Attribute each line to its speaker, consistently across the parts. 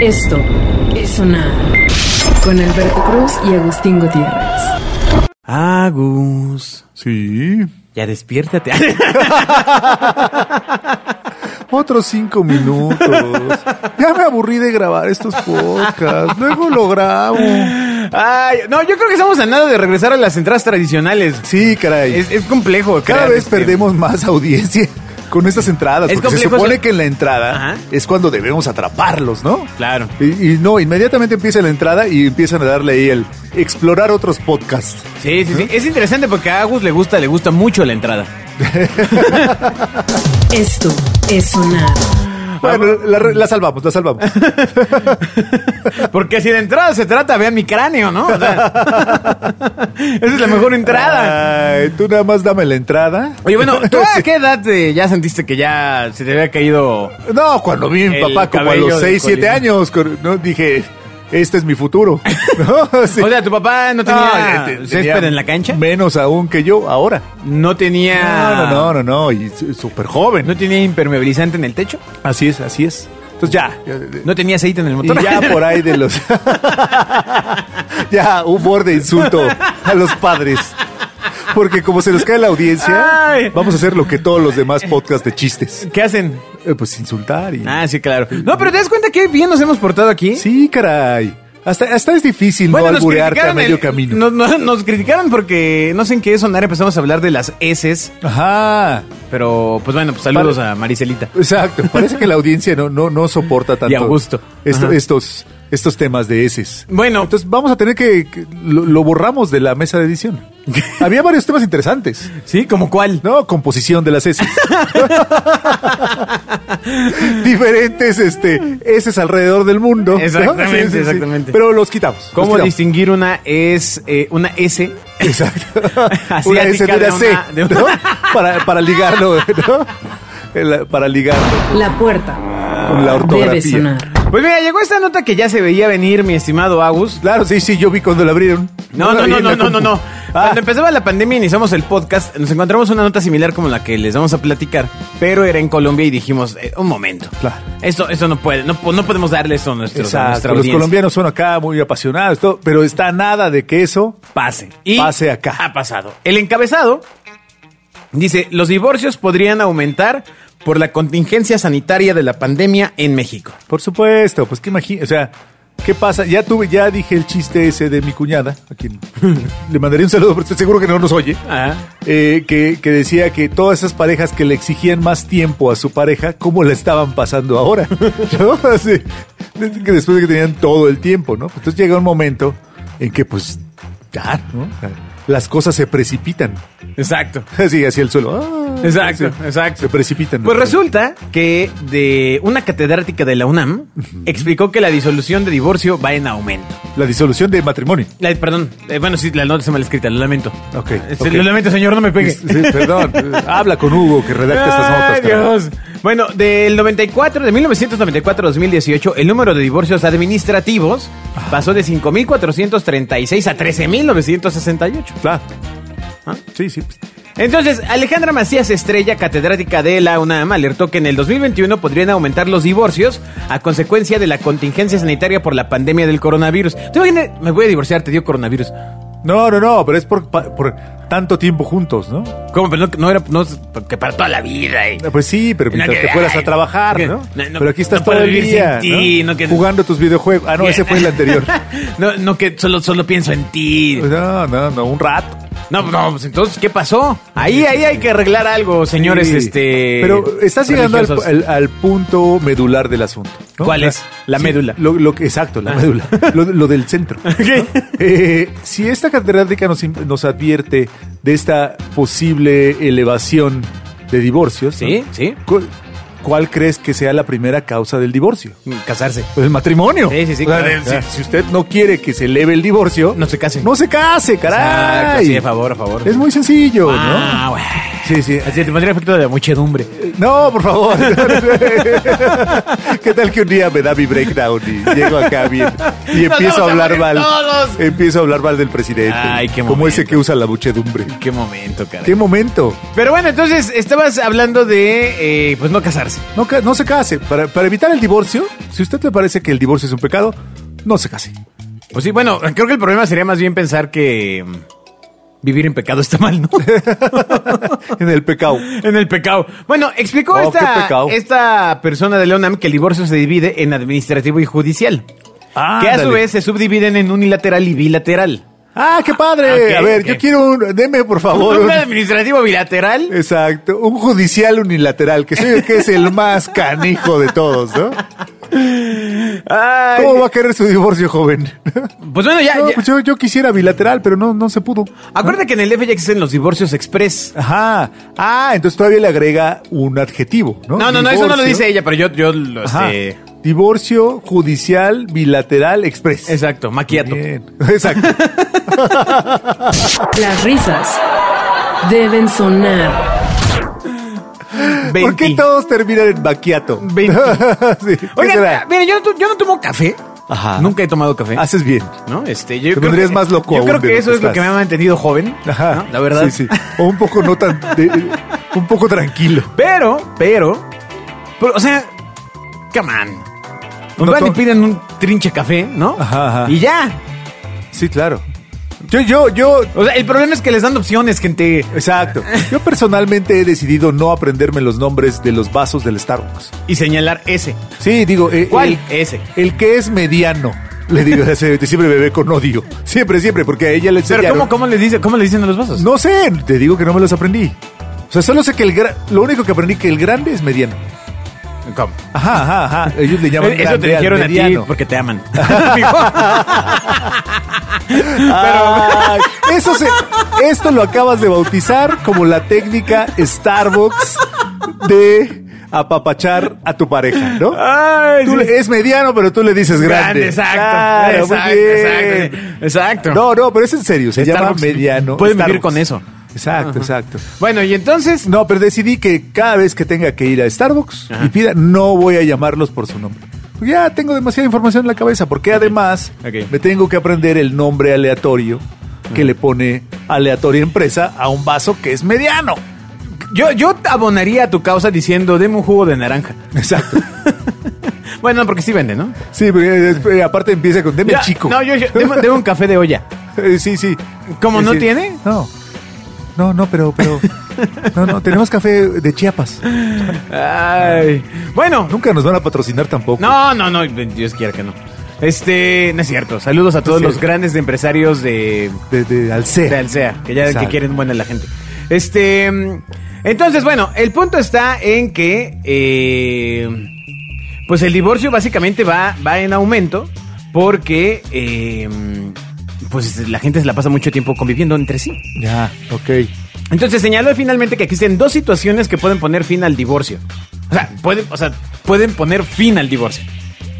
Speaker 1: Esto es sonar con Alberto Cruz y Agustín Gutiérrez.
Speaker 2: Agus,
Speaker 3: Sí.
Speaker 2: ya despiértate.
Speaker 3: Otros cinco minutos. Ya me aburrí de grabar estos podcasts. Luego lo grabo.
Speaker 2: Ay, no, yo creo que estamos a nada de regresar a las entradas tradicionales.
Speaker 3: Sí, caray.
Speaker 2: Es, es complejo.
Speaker 3: Cada
Speaker 2: crear,
Speaker 3: vez
Speaker 2: este.
Speaker 3: perdemos más audiencia con estas entradas.
Speaker 2: Es
Speaker 3: Porque se
Speaker 2: complejo,
Speaker 3: supone
Speaker 2: sí.
Speaker 3: que en la entrada
Speaker 2: Ajá.
Speaker 3: es cuando debemos atraparlos, ¿no?
Speaker 2: Claro.
Speaker 3: Y, y no, inmediatamente empieza la entrada y empiezan a darle ahí el explorar otros podcasts.
Speaker 2: Sí, sí, sí. Es interesante porque a Agus le gusta, le gusta mucho la entrada.
Speaker 1: Esto es sonar
Speaker 2: Ah,
Speaker 3: Bueno, la, la salvamos, la salvamos.
Speaker 2: Porque si de entrada se trata, vean mi cráneo, ¿no? O sea, esa es la mejor entrada.
Speaker 3: Ay, tú nada más dame la entrada.
Speaker 2: Oye, bueno, ¿tú a qué edad eh, ya sentiste que ya se te había caído?
Speaker 3: No, cuando vi a mi
Speaker 2: El
Speaker 3: papá como a
Speaker 2: cabello
Speaker 3: los
Speaker 2: de
Speaker 3: 6, 7
Speaker 2: colina.
Speaker 3: años, con- ¿no? dije, este es mi futuro. ¿No? Sí.
Speaker 2: O sea, tu papá no tenía eh,
Speaker 3: No, te-
Speaker 2: césped
Speaker 3: tenía
Speaker 2: en la cancha, Ah.
Speaker 3: Menos aún que yo ahora.
Speaker 2: no tenía,
Speaker 3: No, no, no, no, no, y s- súper joven.
Speaker 2: no tenía impermeabilizante en el techo,
Speaker 3: Así es, así es. Entonces ya. ya-
Speaker 2: no tenía aceite en el
Speaker 3: y
Speaker 2: motor.
Speaker 3: ya por ahí de los... ya, humor de insulto a los padres. Porque como se nos cae la audiencia,
Speaker 2: Ay.
Speaker 3: vamos a hacer lo que todos los demás podcasts de chistes.
Speaker 2: ¿Qué hacen?
Speaker 3: Eh, pues insultar y...
Speaker 2: Ah, sí, claro. No, pero ¿te das cuenta qué bien nos hemos portado aquí?
Speaker 3: Sí, caray. Hasta, hasta es difícil no alburearte a
Speaker 2: criticaron
Speaker 3: medio
Speaker 2: el-
Speaker 3: camino.
Speaker 2: Nos, nos- nos criticaron porque no sé en qué sonar empezamos a hablar de las S,
Speaker 3: Ajá.
Speaker 2: pero pues bueno, pues saludos
Speaker 3: Vale.
Speaker 2: a Maricelita.
Speaker 3: Exacto. Parece que la audiencia no, no, no soporta tanto.
Speaker 2: Y a gusto.
Speaker 3: esto-
Speaker 2: Ajá.
Speaker 3: estos, estos temas de heces.
Speaker 2: Bueno,
Speaker 3: Entonces vamos a tener que... que lo, lo borramos de la mesa de edición. Había varios temas interesantes.
Speaker 2: sí, ¿como cuál?
Speaker 3: No, composición de las heces. Diferentes este, heces alrededor del mundo. ¿no?
Speaker 2: Exactamente, exactamente.
Speaker 3: Pero los quitamos. los
Speaker 2: ¿Cómo
Speaker 3: quitamos.
Speaker 2: distinguir una S, eh, una S?
Speaker 3: Exacto.
Speaker 2: Asiática
Speaker 3: una S de una
Speaker 2: de
Speaker 3: C,
Speaker 2: una- de una-
Speaker 3: ¿no? Para, para ligarlo, ¿no? El- Para ligarlo
Speaker 1: La puerta
Speaker 3: con
Speaker 1: debe
Speaker 3: la ortografía.
Speaker 1: sonar.
Speaker 2: Pues mira, llegó esta nota que ya se veía venir, mi estimado Agus.
Speaker 3: Claro, sí, sí, yo vi cuando la abrieron.
Speaker 2: No,
Speaker 3: la
Speaker 2: no,
Speaker 3: vi
Speaker 2: no,
Speaker 3: en la
Speaker 2: no, no, no,
Speaker 3: compu.
Speaker 2: no.
Speaker 3: Ah,
Speaker 2: Cuando empezaba la pandemia y iniciamos el podcast, nos encontramos una nota similar como la que les vamos a platicar, pero era en Colombia y dijimos, eh, un momento.
Speaker 3: Claro.
Speaker 2: Esto, esto no puede, no, po- no podemos darle esto a, nuestros, a nuestra
Speaker 3: exacto. Los
Speaker 2: audiencia.
Speaker 3: colombianos son acá muy apasionados, todo, pero está nada de que eso.
Speaker 2: Pase.
Speaker 3: Pase acá.
Speaker 2: Ha pasado. El encabezado dice, los divorcios podrían aumentar por la contingencia sanitaria de la pandemia en México.
Speaker 3: Por supuesto, pues que imagina, o sea, ¿qué pasa? Ya tuve, ya dije el chiste ese de mi cuñada, a quien le mandaría un saludo, pero estoy seguro que no nos oye.
Speaker 2: Ah.
Speaker 3: eh, que, que decía que todas esas parejas que le exigían más tiempo a su pareja, ¿cómo la estaban pasando ahora? ¿No? Así, que después de que tenían todo el tiempo, ¿no? Entonces llega un momento en que, pues, ya, ¿no? O sea, Las cosas se precipitan.
Speaker 2: Exacto.
Speaker 3: Así, hacia el suelo. Ah,
Speaker 2: Exacto,
Speaker 3: así,
Speaker 2: exacto.
Speaker 3: Se precipitan.
Speaker 2: Pues resulta que de una catedrática de la UNAM explicó que la disolución de divorcio va en aumento.
Speaker 3: La disolución de matrimonio.
Speaker 2: La- perdón, eh, bueno, sí, la nota está mal escrita, lo lamento.
Speaker 3: Ok,
Speaker 2: Eh,
Speaker 3: ok.
Speaker 2: Lo lamento, señor, no me pegue.
Speaker 3: Sí, perdón. Habla con Hugo, que redacta estas notas.
Speaker 2: Ay,
Speaker 3: carajo.
Speaker 2: Dios. Bueno, del 94, de 1994 a 2018, el número de divorcios administrativos
Speaker 3: Ah.
Speaker 2: pasó de 5.436 a 13.968.
Speaker 3: Claro.
Speaker 2: ¿Ah?
Speaker 3: Sí, sí. pues,
Speaker 2: Entonces, Alejandra Macías Estrella, catedrática de la UNAM, alertó que en el 2021 podrían aumentar los divorcios a consecuencia de la contingencia sanitaria por la pandemia del coronavirus. ¿Te imaginas? Me voy a divorciar, te dio coronavirus.
Speaker 3: No, no, no, pero es por, pa- por tanto tiempo juntos, ¿no?
Speaker 2: ¿Cómo? Pero no, no era no, que para toda la vida. eh.
Speaker 3: Ah, Pues sí, pero mientras
Speaker 2: No, que-
Speaker 3: te fueras a
Speaker 2: ay,
Speaker 3: trabajar,
Speaker 2: que-
Speaker 3: ¿no?
Speaker 2: no, no,
Speaker 3: Pero aquí estás
Speaker 2: no
Speaker 3: todo
Speaker 2: puedo
Speaker 3: el
Speaker 2: vivir
Speaker 3: día,
Speaker 2: sin ti, no que-
Speaker 3: jugando tus videojuegos. Ah, no, ese fue el anterior. Pues
Speaker 2: no, no que solo, solo pienso en ti.
Speaker 3: No, no, no, un rato.
Speaker 2: No, no, pues entonces, ¿qué pasó? Ahí, ahí hay que arreglar algo, señores,
Speaker 3: Sí.
Speaker 2: este...
Speaker 3: Pero estás llegando al,
Speaker 2: religiosos.
Speaker 3: al- al punto medular del asunto. ¿no?
Speaker 2: ¿Cuál
Speaker 3: O sea,
Speaker 2: es? La
Speaker 3: sí,
Speaker 2: médula. Ah.
Speaker 3: lo, lo que- exacto, la médula. Lo, lo del centro. ¿no? Eh, si esta catedrática nos, in- nos advierte de esta posible elevación de divorcios, ¿no?
Speaker 2: Sí, sí.
Speaker 3: ¿Cu- ¿cuál crees que sea la primera causa del divorcio?
Speaker 2: Mm, Casarse.
Speaker 3: Pues el matrimonio.
Speaker 2: Sí, sí, sí,
Speaker 3: O sea,
Speaker 2: claro,
Speaker 3: si-
Speaker 2: claro.
Speaker 3: Si, usted no quiere que se eleve el divorcio,
Speaker 2: No se case.
Speaker 3: No se case, caray.
Speaker 2: Exacto, sí, a favor, a favor.
Speaker 3: Es muy sencillo,
Speaker 2: Ah,
Speaker 3: ¿no?
Speaker 2: bueno.
Speaker 3: Sí, sí.
Speaker 2: Así te pondría efecto de la muchedumbre.
Speaker 3: No, por favor. ¿Qué tal que un día me da mi breakdown y llego acá bien y
Speaker 2: Nos
Speaker 3: empiezo a
Speaker 2: vamos a
Speaker 3: hablar
Speaker 2: morir
Speaker 3: mal?
Speaker 2: todos.
Speaker 3: Empiezo a hablar mal del presidente.
Speaker 2: Ay, qué
Speaker 3: Como ese
Speaker 2: momento.
Speaker 3: que usa la muchedumbre.
Speaker 2: Qué momento, cara.
Speaker 3: ¿Qué momento?
Speaker 2: Pero bueno, entonces estabas hablando de, eh, pues no casarse.
Speaker 3: No, ca- no se case. Para, para evitar el divorcio, si a usted le parece que el divorcio es un pecado, no se case.
Speaker 2: Pues sí, bueno, creo que el problema sería más bien pensar que mm, vivir en pecado está mal, ¿no?
Speaker 3: En el pecado.
Speaker 2: en el pecado. Bueno, explicó
Speaker 3: Oh, qué
Speaker 2: esta,
Speaker 3: pecado.
Speaker 2: esta persona de Leonam que el divorcio se divide en administrativo y judicial.
Speaker 3: Ah,
Speaker 2: que a su
Speaker 3: ándale.
Speaker 2: vez se subdividen en unilateral y bilateral.
Speaker 3: ¡Ah, qué padre!
Speaker 2: Ok,
Speaker 3: a ver,
Speaker 2: ok.
Speaker 3: yo quiero un. Deme, por favor.
Speaker 2: Un
Speaker 3: un-
Speaker 2: administrativo bilateral.
Speaker 3: Exacto, un judicial unilateral, que soy el que es el más canijo de todos, ¿no?
Speaker 2: Ay,
Speaker 3: ¿Cómo va a querer su divorcio, joven?
Speaker 2: Pues bueno, ya.
Speaker 3: No,
Speaker 2: ya-
Speaker 3: pues yo, yo quisiera bilateral, pero no, no se pudo.
Speaker 2: Acuérdate que en el DF ya existen los divorcios express.
Speaker 3: Ajá. Ah, entonces todavía le agrega un adjetivo, ¿no?
Speaker 2: No, no, no, eso no lo
Speaker 3: Divorcio.
Speaker 2: dice ella, pero yo, yo lo este,
Speaker 3: Ajá.
Speaker 2: sé.
Speaker 3: Divorcio judicial bilateral express.
Speaker 2: Exacto, maquiato.
Speaker 3: Bien. Exacto.
Speaker 1: Las risas deben sonar.
Speaker 2: 20.
Speaker 3: ¿Por qué todos terminan en maquiato?
Speaker 2: Veinti.
Speaker 3: Sí, ¿qué
Speaker 2: Oigan,
Speaker 3: será?
Speaker 2: miren, yo no, tu- yo no tomo café.
Speaker 3: Ajá. Ah,
Speaker 2: Nunca ¿eh? he tomado café.
Speaker 3: Haces bien.
Speaker 2: ¿No? Este, yo creo
Speaker 3: pondrías
Speaker 2: que-
Speaker 3: más loco
Speaker 2: Yo
Speaker 3: aún
Speaker 2: creo
Speaker 3: de
Speaker 2: que
Speaker 3: lo
Speaker 2: eso
Speaker 3: que
Speaker 2: es lo que me
Speaker 3: estás.
Speaker 2: ha mantenido joven.
Speaker 3: Ajá.
Speaker 2: ¿no? La verdad.
Speaker 3: Sí, sí. O un poco no tan. de- un poco tranquilo.
Speaker 2: Pero, pero, pero, o sea, come on. Pues
Speaker 3: No
Speaker 2: van y
Speaker 3: to-
Speaker 2: piden un trinche café, ¿no?
Speaker 3: Ajá, ajá.
Speaker 2: Y ya.
Speaker 3: Sí, claro. Yo, yo, yo.
Speaker 2: O sea, el problema es que les dan opciones, gente.
Speaker 3: Exacto. Yo personalmente he decidido no aprenderme los nombres de los vasos del Starbucks.
Speaker 2: Y señalar ese.
Speaker 3: Sí, digo. eh,
Speaker 2: ¿Cuál?
Speaker 3: El,
Speaker 2: Ese.
Speaker 3: el que es mediano. Le digo, ese- siempre me ve con odio. Siempre, siempre, porque a ella le
Speaker 2: Pero
Speaker 3: enseñaron-
Speaker 2: ¿cómo, cómo les dice, cómo les dicen a los vasos?
Speaker 3: No sé, te digo que no me los aprendí. O sea, solo sé que el gran. Lo único que aprendí que el grande es mediano.
Speaker 2: ¿Cómo? Eh,
Speaker 3: Ajá, ajá, ajá. Ellos le llaman
Speaker 2: Eso te
Speaker 3: grande al
Speaker 2: dijeron a ti
Speaker 3: mediano.
Speaker 2: porque te aman. Ah.
Speaker 3: Ay, eso se, esto lo acabas de bautizar como la técnica Starbucks de apapachar a tu pareja, ¿no?
Speaker 2: Ay,
Speaker 3: Tú
Speaker 2: Ah, sí.
Speaker 3: le- es mediano, pero tú le dices grande.
Speaker 2: exacto.
Speaker 3: Claro, muy
Speaker 2: exacto,
Speaker 3: bien.
Speaker 2: exacto, exacto.
Speaker 3: No, no, pero es en serio, se
Speaker 2: Starbucks
Speaker 3: llama mediano.
Speaker 2: puede vivir con eso.
Speaker 3: Exacto, exacto.
Speaker 2: Bueno, y entonces.
Speaker 3: No, pero decidí que cada vez que tenga que ir a Starbucks
Speaker 2: Ajá.
Speaker 3: y pida, no voy a llamarlos por su nombre. Porque ya tengo demasiada información en la cabeza, porque además
Speaker 2: Ok.
Speaker 3: me tengo que aprender el nombre aleatorio que le pone aleatoria empresa a un vaso que es mediano.
Speaker 2: Yo, yo abonaría a tu causa diciendo, deme un jugo de naranja.
Speaker 3: Exacto.
Speaker 2: Bueno, porque sí vende, ¿no?
Speaker 3: Sí, porque eh, aparte empieza con deme
Speaker 2: Ya,
Speaker 3: chico.
Speaker 2: No, yo, yo- deme, deme un café de olla.
Speaker 3: Eh, Sí, sí.
Speaker 2: ¿Cómo,
Speaker 3: Sí,
Speaker 2: no
Speaker 3: sí.
Speaker 2: tiene?
Speaker 3: No. No, no, pero, pero. No, no, tenemos café de Chiapas.
Speaker 2: Ay. Bueno,
Speaker 3: Nunca nos van a patrocinar tampoco.
Speaker 2: no, no, no, Dios quiera que no. Este, no es cierto. Saludos a todos
Speaker 3: Sí.
Speaker 2: los grandes empresarios de,
Speaker 3: De, de Alsea.
Speaker 2: de Alsea, que ya que
Speaker 3: Exacto.
Speaker 2: quieren buena la gente. Este, mm, entonces, bueno, el punto está en que, eh, pues el divorcio básicamente va, va en aumento porque, eh, pues la gente se la pasa mucho tiempo conviviendo entre sí.
Speaker 3: Ya, ok.
Speaker 2: Entonces señaló finalmente que existen dos situaciones que pueden poner fin al divorcio. O sea, pueden, o sea, pueden poner fin al divorcio.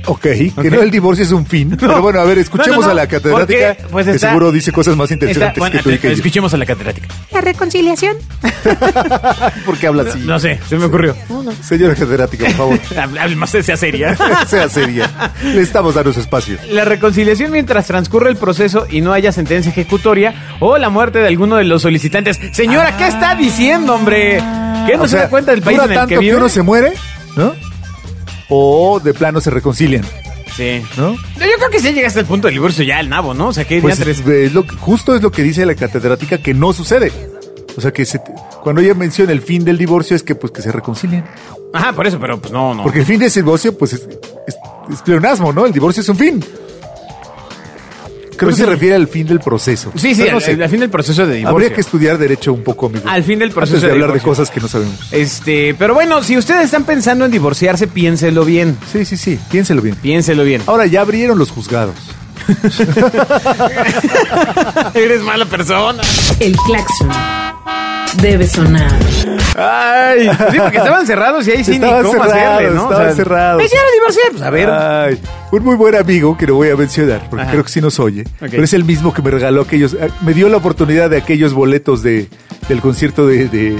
Speaker 3: Ok, que no el divorcio es un fin. Pero bueno, a ver, escuchemos
Speaker 2: No, no, no,
Speaker 3: a la catedrática,
Speaker 2: porque, pues,
Speaker 3: que
Speaker 2: está-
Speaker 3: seguro dice cosas más interesantes
Speaker 2: Está- bueno,
Speaker 3: que tú y que yo.
Speaker 2: escuchemos a la catedrática.
Speaker 4: La reconciliación
Speaker 3: ¿Por qué habla así?
Speaker 2: No sé, se me ocurrió.
Speaker 3: Señora catedrática, por favor,
Speaker 2: Hable hable más sea seria.
Speaker 3: sea seria. Le estamos dando su espacio.
Speaker 2: ¿eh? La reconciliación mientras transcurre el proceso y no haya sentencia ejecutoria o la muerte de alguno de los solicitantes. Señora, ¿qué está diciendo, hombre? ¿Qué no
Speaker 3: O
Speaker 2: se
Speaker 3: sea,
Speaker 2: da cuenta del país
Speaker 3: dura
Speaker 2: en el
Speaker 3: tanto
Speaker 2: que vive?
Speaker 3: uno se muere, ¿no? O de plano se reconcilian,
Speaker 2: Sí.
Speaker 3: ¿no?
Speaker 2: No, Yo creo que sí llegaste al punto del divorcio ya, el nabo, ¿no? O sea, que
Speaker 3: Pues es- es lo que- justo es lo que dice la catedrática que no sucede. O sea que se te- cuando ella menciona el fin del divorcio es que pues que se reconcilien.
Speaker 2: Ajá, por eso, pero pues no, no.
Speaker 3: Porque el fin del divorcio, pues, es, es- es pleonasmo, ¿no? El divorcio es un fin. Creo que se refiere al fin del proceso.
Speaker 2: Pues Sí, sí,
Speaker 3: Pero no
Speaker 2: al,
Speaker 3: sé.
Speaker 2: al fin del proceso de divorcio.
Speaker 3: Habría que estudiar derecho un poco, amigo.
Speaker 2: Al fin del proceso
Speaker 3: Antes de,
Speaker 2: de
Speaker 3: hablar
Speaker 2: divorcio.
Speaker 3: de cosas que no sabemos.
Speaker 2: Este, pero bueno, si ustedes están pensando en divorciarse, piénselo bien.
Speaker 3: Sí, sí, sí. Piénselo bien.
Speaker 2: Piénselo bien.
Speaker 3: Ahora ya abrieron los juzgados.
Speaker 2: Eres mala persona.
Speaker 1: El claxon debe sonar.
Speaker 2: Ay, pues sí, porque estaban cerrados y ahí sí ni
Speaker 3: estaban
Speaker 2: cómo
Speaker 3: cerrados,
Speaker 2: hacerle, ¿no? O
Speaker 3: estaban
Speaker 2: sea,
Speaker 3: cerrados. Ah.
Speaker 2: Me quiero divorciar, pues a ver.
Speaker 3: Ay, un muy buen amigo que no voy a mencionar, porque
Speaker 2: Ajá.
Speaker 3: creo que sí nos oye.
Speaker 2: Ok.
Speaker 3: Pero es el mismo que me regaló aquellos. eh, Me dio la oportunidad de aquellos boletos de, del concierto de, de,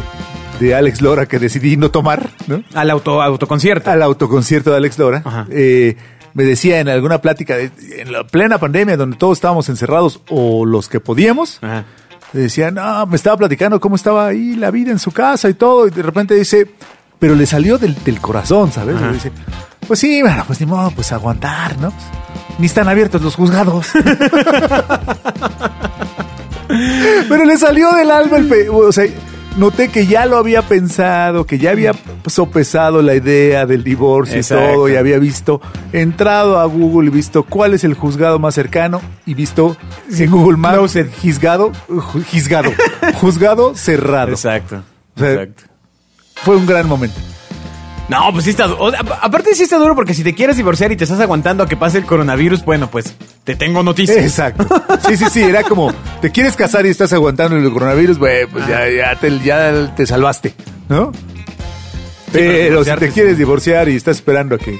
Speaker 3: de Alex Lora que decidí no tomar, ¿no?
Speaker 2: Al auto, autoconcierto.
Speaker 3: Al autoconcierto de Alex Lora.
Speaker 2: Ajá.
Speaker 3: eh, me decía en alguna plática, de- en la plena pandemia, donde todos estábamos encerrados o los que podíamos,
Speaker 2: Ajá.
Speaker 3: decía, no, me estaba platicando cómo estaba ahí la vida en su casa y todo, y de repente dice, pero le salió del, del corazón, ¿sabes?
Speaker 2: Ajá.
Speaker 3: Dice, pues sí, bueno, pues ni modo, pues aguantar, ¿no? Ni están abiertos los juzgados. pero le salió del alma el... pe- O sea, noté que ya lo había pensado, que ya había sopesado la idea del divorcio y
Speaker 2: Exacto.
Speaker 3: todo, y había visto, entrado a Google y visto cuál es el juzgado más cercano y visto en Google Maps juzgado, ju- juzgado, juzgado cerrado.
Speaker 2: Exacto.
Speaker 3: O sea,
Speaker 2: Exacto.
Speaker 3: Fue un gran momento.
Speaker 2: No, pues sí está duro. Aparte sí está duro porque si te quieres divorciar y te estás aguantando a que pase el coronavirus, bueno, pues te tengo noticias.
Speaker 3: Exacto. Sí, sí, sí, era como, te quieres casar y estás aguantando el coronavirus, güey, pues ya, ya, te, ya te salvaste, ¿no? Pero si
Speaker 2: divorciarte,
Speaker 3: te
Speaker 2: sí.
Speaker 3: quieres divorciar y estás esperando a que,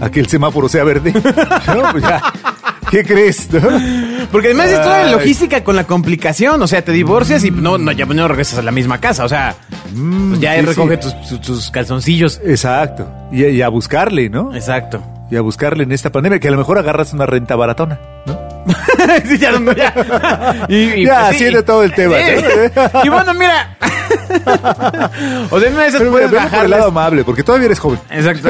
Speaker 3: a que el semáforo sea verde, ¿no? Pues ya, ¿qué crees? no?
Speaker 2: Porque además es toda la
Speaker 3: Ay.
Speaker 2: logística con la complicación. O sea, te divorcias y no, no, ya no regresas a la misma casa. O sea, pues ya
Speaker 3: Mm, sí,
Speaker 2: recoge
Speaker 3: sí.
Speaker 2: Tus, tus- tus calzoncillos.
Speaker 3: Exacto. Y, y a buscarle, ¿no?
Speaker 2: Exacto.
Speaker 3: Y a buscarle en esta pandemia, que a lo mejor agarras una renta baratona, ¿no?
Speaker 2: Sí, ya, no, ya. Y, pues
Speaker 3: Ya, asciende todo el tema,
Speaker 2: Sí.
Speaker 3: ¿no? ¿Eh?
Speaker 2: Y bueno, mira. o sea, en una de esas
Speaker 3: Pero mira, velo
Speaker 2: puedes
Speaker 3: por el lado
Speaker 2: bajarles.
Speaker 3: amable, porque todavía eres joven.
Speaker 2: Exacto.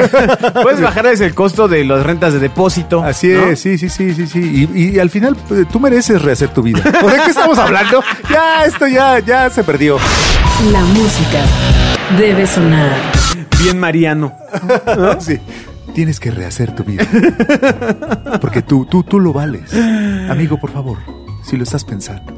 Speaker 2: Puedes bajarles el costo de las rentas de depósito.
Speaker 3: Así
Speaker 2: ¿no?
Speaker 3: es, sí, sí, sí, sí, sí. Y, y al final eh, tú mereces rehacer tu vida. ¿O ¿De qué estamos hablando? Ya, esto ya, ya se perdió.
Speaker 1: La música debe sonar.
Speaker 2: Bien mariano.
Speaker 3: Sí. Tienes que rehacer tu vida. Porque tú, tú, tú lo vales. Amigo, por favor, si lo estás pensando,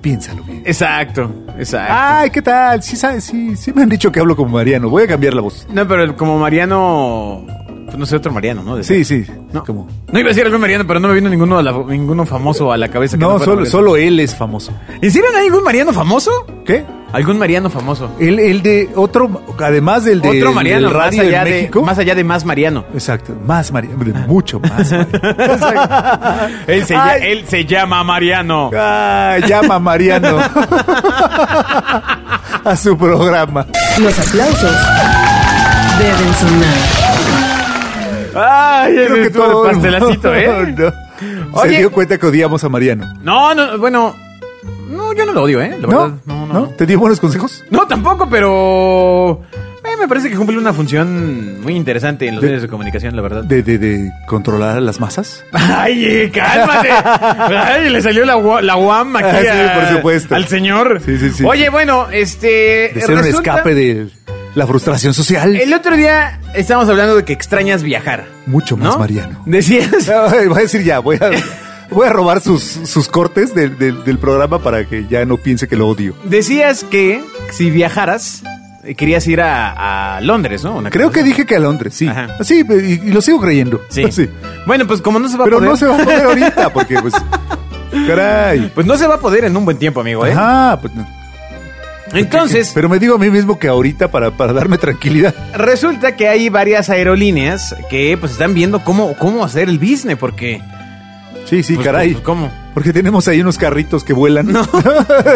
Speaker 3: piénsalo bien.
Speaker 2: Exacto, exacto.
Speaker 3: Ay, ¿qué tal? Sí, sabes, sí, sí me han dicho que hablo como Mariano. Voy a cambiar la voz.
Speaker 2: No, pero como Mariano. pues no sé, otro Mariano, ¿no? De-
Speaker 3: Sí, sí.
Speaker 2: No.
Speaker 3: como-
Speaker 2: no iba a decir algún Mariano, pero no me vino ninguno, a la- ninguno famoso a la cabeza. que
Speaker 3: No,
Speaker 2: fuera
Speaker 3: solo,
Speaker 2: Mariano.
Speaker 3: solo él es famoso.
Speaker 2: ¿Hicieron algún Mariano famoso?
Speaker 3: ¿Qué?
Speaker 2: ¿Algún Mariano famoso?
Speaker 3: El, el de otro, además del de
Speaker 2: otro Mariano,
Speaker 3: del radio
Speaker 2: más, allá
Speaker 3: en
Speaker 2: de,
Speaker 3: México.
Speaker 2: más allá de más Mariano.
Speaker 3: Exacto, más María, mucho más María.
Speaker 2: Él se,
Speaker 3: lla-
Speaker 2: llama Mariano.
Speaker 3: Ah, llama a Mariano a su programa.
Speaker 1: Los aplausos deben sonar.
Speaker 2: Ay,
Speaker 3: Creo que
Speaker 2: eres tú el
Speaker 3: todo el mundo,
Speaker 2: pastelacito, ¿eh?
Speaker 3: no. Se
Speaker 2: Oye.
Speaker 3: dio cuenta que odiamos a Mariano.
Speaker 2: No, no, bueno. No, yo no lo odio, ¿eh? La verdad,
Speaker 3: ¿No?
Speaker 2: no, no.
Speaker 3: ¿No? ¿Te dio buenos consejos?
Speaker 2: No, tampoco, pero. eh, me parece que cumple una función muy interesante en los
Speaker 3: De-
Speaker 2: medios de comunicación, la verdad.
Speaker 3: De, de, de controlar a las masas.
Speaker 2: Ay, eh, cálmate. Ay, le salió la, gua- la guam aquí
Speaker 3: Ah, sí,
Speaker 2: a-
Speaker 3: por supueste.
Speaker 2: al señor.
Speaker 3: Sí, sí, sí.
Speaker 2: Oye, bueno, este.
Speaker 3: De ser un
Speaker 2: resulta-
Speaker 3: escape de la frustración social.
Speaker 2: El otro día estábamos hablando de que extrañas viajar.
Speaker 3: Mucho más
Speaker 2: ¿no?
Speaker 3: Mariano.
Speaker 2: Decías.
Speaker 3: Ay, Voy eh, a decir ya, voy a, voy a robar sus, sus cortes del, del- del programa para que ya no piense que lo odio.
Speaker 2: Decías que si viajaras, eh, querías ir a, a Londres, ¿no? Una
Speaker 3: Creo
Speaker 2: cosa
Speaker 3: que
Speaker 2: así.
Speaker 3: dije que a Londres, sí.
Speaker 2: Ajá.
Speaker 3: Sí, y, y lo sigo creyendo.
Speaker 2: Sí.
Speaker 3: Sí.
Speaker 2: Bueno, pues como no se va a
Speaker 3: Pero
Speaker 2: poder.
Speaker 3: no se va a poder ahorita, porque pues. Caray.
Speaker 2: Pues no se va a poder en un buen tiempo, amigo, ¿eh?
Speaker 3: Ajá, pues, no.
Speaker 2: Entonces,
Speaker 3: Pero me digo a mí mismo que ahorita para, para darme tranquilidad.
Speaker 2: resulta que hay varias aerolíneas que pues están viendo cómo, cómo hacer el business, porque.
Speaker 3: Sí, sí,
Speaker 2: pues,
Speaker 3: caray.
Speaker 2: pues, ¿Cómo?
Speaker 3: Porque tenemos ahí unos carritos que vuelan. No.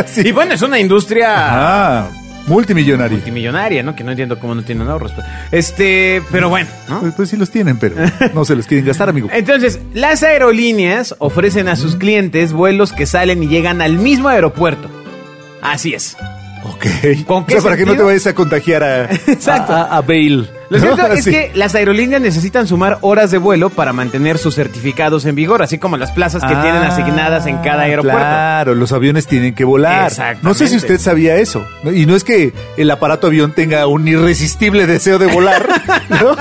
Speaker 3: sí.
Speaker 2: Y bueno, es una industria
Speaker 3: Ah, multimillonario.
Speaker 2: multimillonaria, ¿no? Que no entiendo cómo no tienen ahorros. pues. Este, pero bueno, ¿no?
Speaker 3: Pues, pues sí los tienen, pero no se los quieren gastar, amigo.
Speaker 2: Entonces, las aerolíneas ofrecen a sus clientes vuelos que salen y llegan al mismo aeropuerto. Así es.
Speaker 3: Ok.
Speaker 2: ¿Con
Speaker 3: o
Speaker 2: qué
Speaker 3: sea, para que no te
Speaker 2: sentido?
Speaker 3: vayas a contagiar a,
Speaker 2: Exacto.
Speaker 3: a, a- a Bale.
Speaker 2: Lo cierto
Speaker 3: ¿No?
Speaker 2: es
Speaker 3: Sí.
Speaker 2: que las aerolíneas necesitan sumar horas de vuelo para mantener sus certificados en vigor, así como las plazas que tienen
Speaker 3: Ah,
Speaker 2: asignadas en cada aeropuerto.
Speaker 3: Claro, los aviones tienen que volar.
Speaker 2: Exactamente.
Speaker 3: No sé si usted sabía eso. ¿no? Y no es que el aparato avión tenga un irresistible deseo de volar. ¿no?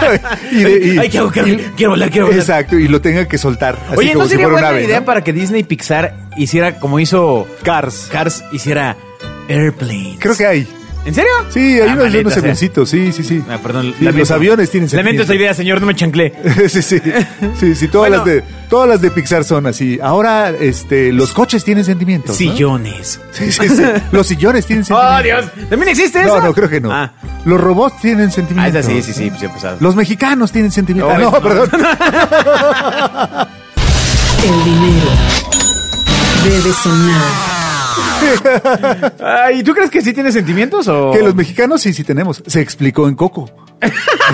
Speaker 3: Y de- y-
Speaker 2: Ay, quiero, quiero-
Speaker 3: y-
Speaker 2: quiero volar, quiero volar.
Speaker 3: Exacto, y lo tenga que soltar. Así
Speaker 2: Oye,
Speaker 3: como
Speaker 2: ¿no
Speaker 3: si
Speaker 2: sería
Speaker 3: fuera un
Speaker 2: buena
Speaker 3: ave,
Speaker 2: idea
Speaker 3: ¿no?
Speaker 2: para que Disney Pixar hiciera como hizo
Speaker 3: Cars.
Speaker 2: Cars, hiciera Airplanes?
Speaker 3: Creo que hay.
Speaker 2: ¿En serio?
Speaker 3: Sí, hay
Speaker 2: Ah,
Speaker 3: unos,
Speaker 2: maldita
Speaker 3: unos
Speaker 2: sea.
Speaker 3: avioncitos, sí, sí, sí.
Speaker 2: Ah, perdón,
Speaker 3: Sí, los
Speaker 2: lamento.
Speaker 3: aviones tienen
Speaker 2: Lamento
Speaker 3: sentimiento.
Speaker 2: esta idea, señor, no me chanclé.
Speaker 3: sí, sí, sí, sí, todas
Speaker 2: Bueno.
Speaker 3: las de todas las de Pixar son así. Ahora, este, los coches tienen sentimientos. ¿no?
Speaker 2: Sillones.
Speaker 3: Sí, sí, sí. Los sillones tienen
Speaker 2: ¡Oh,
Speaker 3: sentimientos.
Speaker 2: Dios! ¿También existe eso?
Speaker 3: No, no, creo que no.
Speaker 2: Ah,
Speaker 3: Los robots tienen
Speaker 2: ah
Speaker 3: sentimientos.
Speaker 2: esa sí, sí, sí, pues, ya pasado.
Speaker 3: Los mexicanos tienen sentimientos.
Speaker 2: No,
Speaker 3: Ah, No,
Speaker 2: no.
Speaker 3: perdón.
Speaker 1: El dinero debe sonar.
Speaker 2: Ay, ¿tú crees que sí tiene sentimientos o...?
Speaker 3: Que los mexicanos sí, sí tenemos. Se explicó en Coco.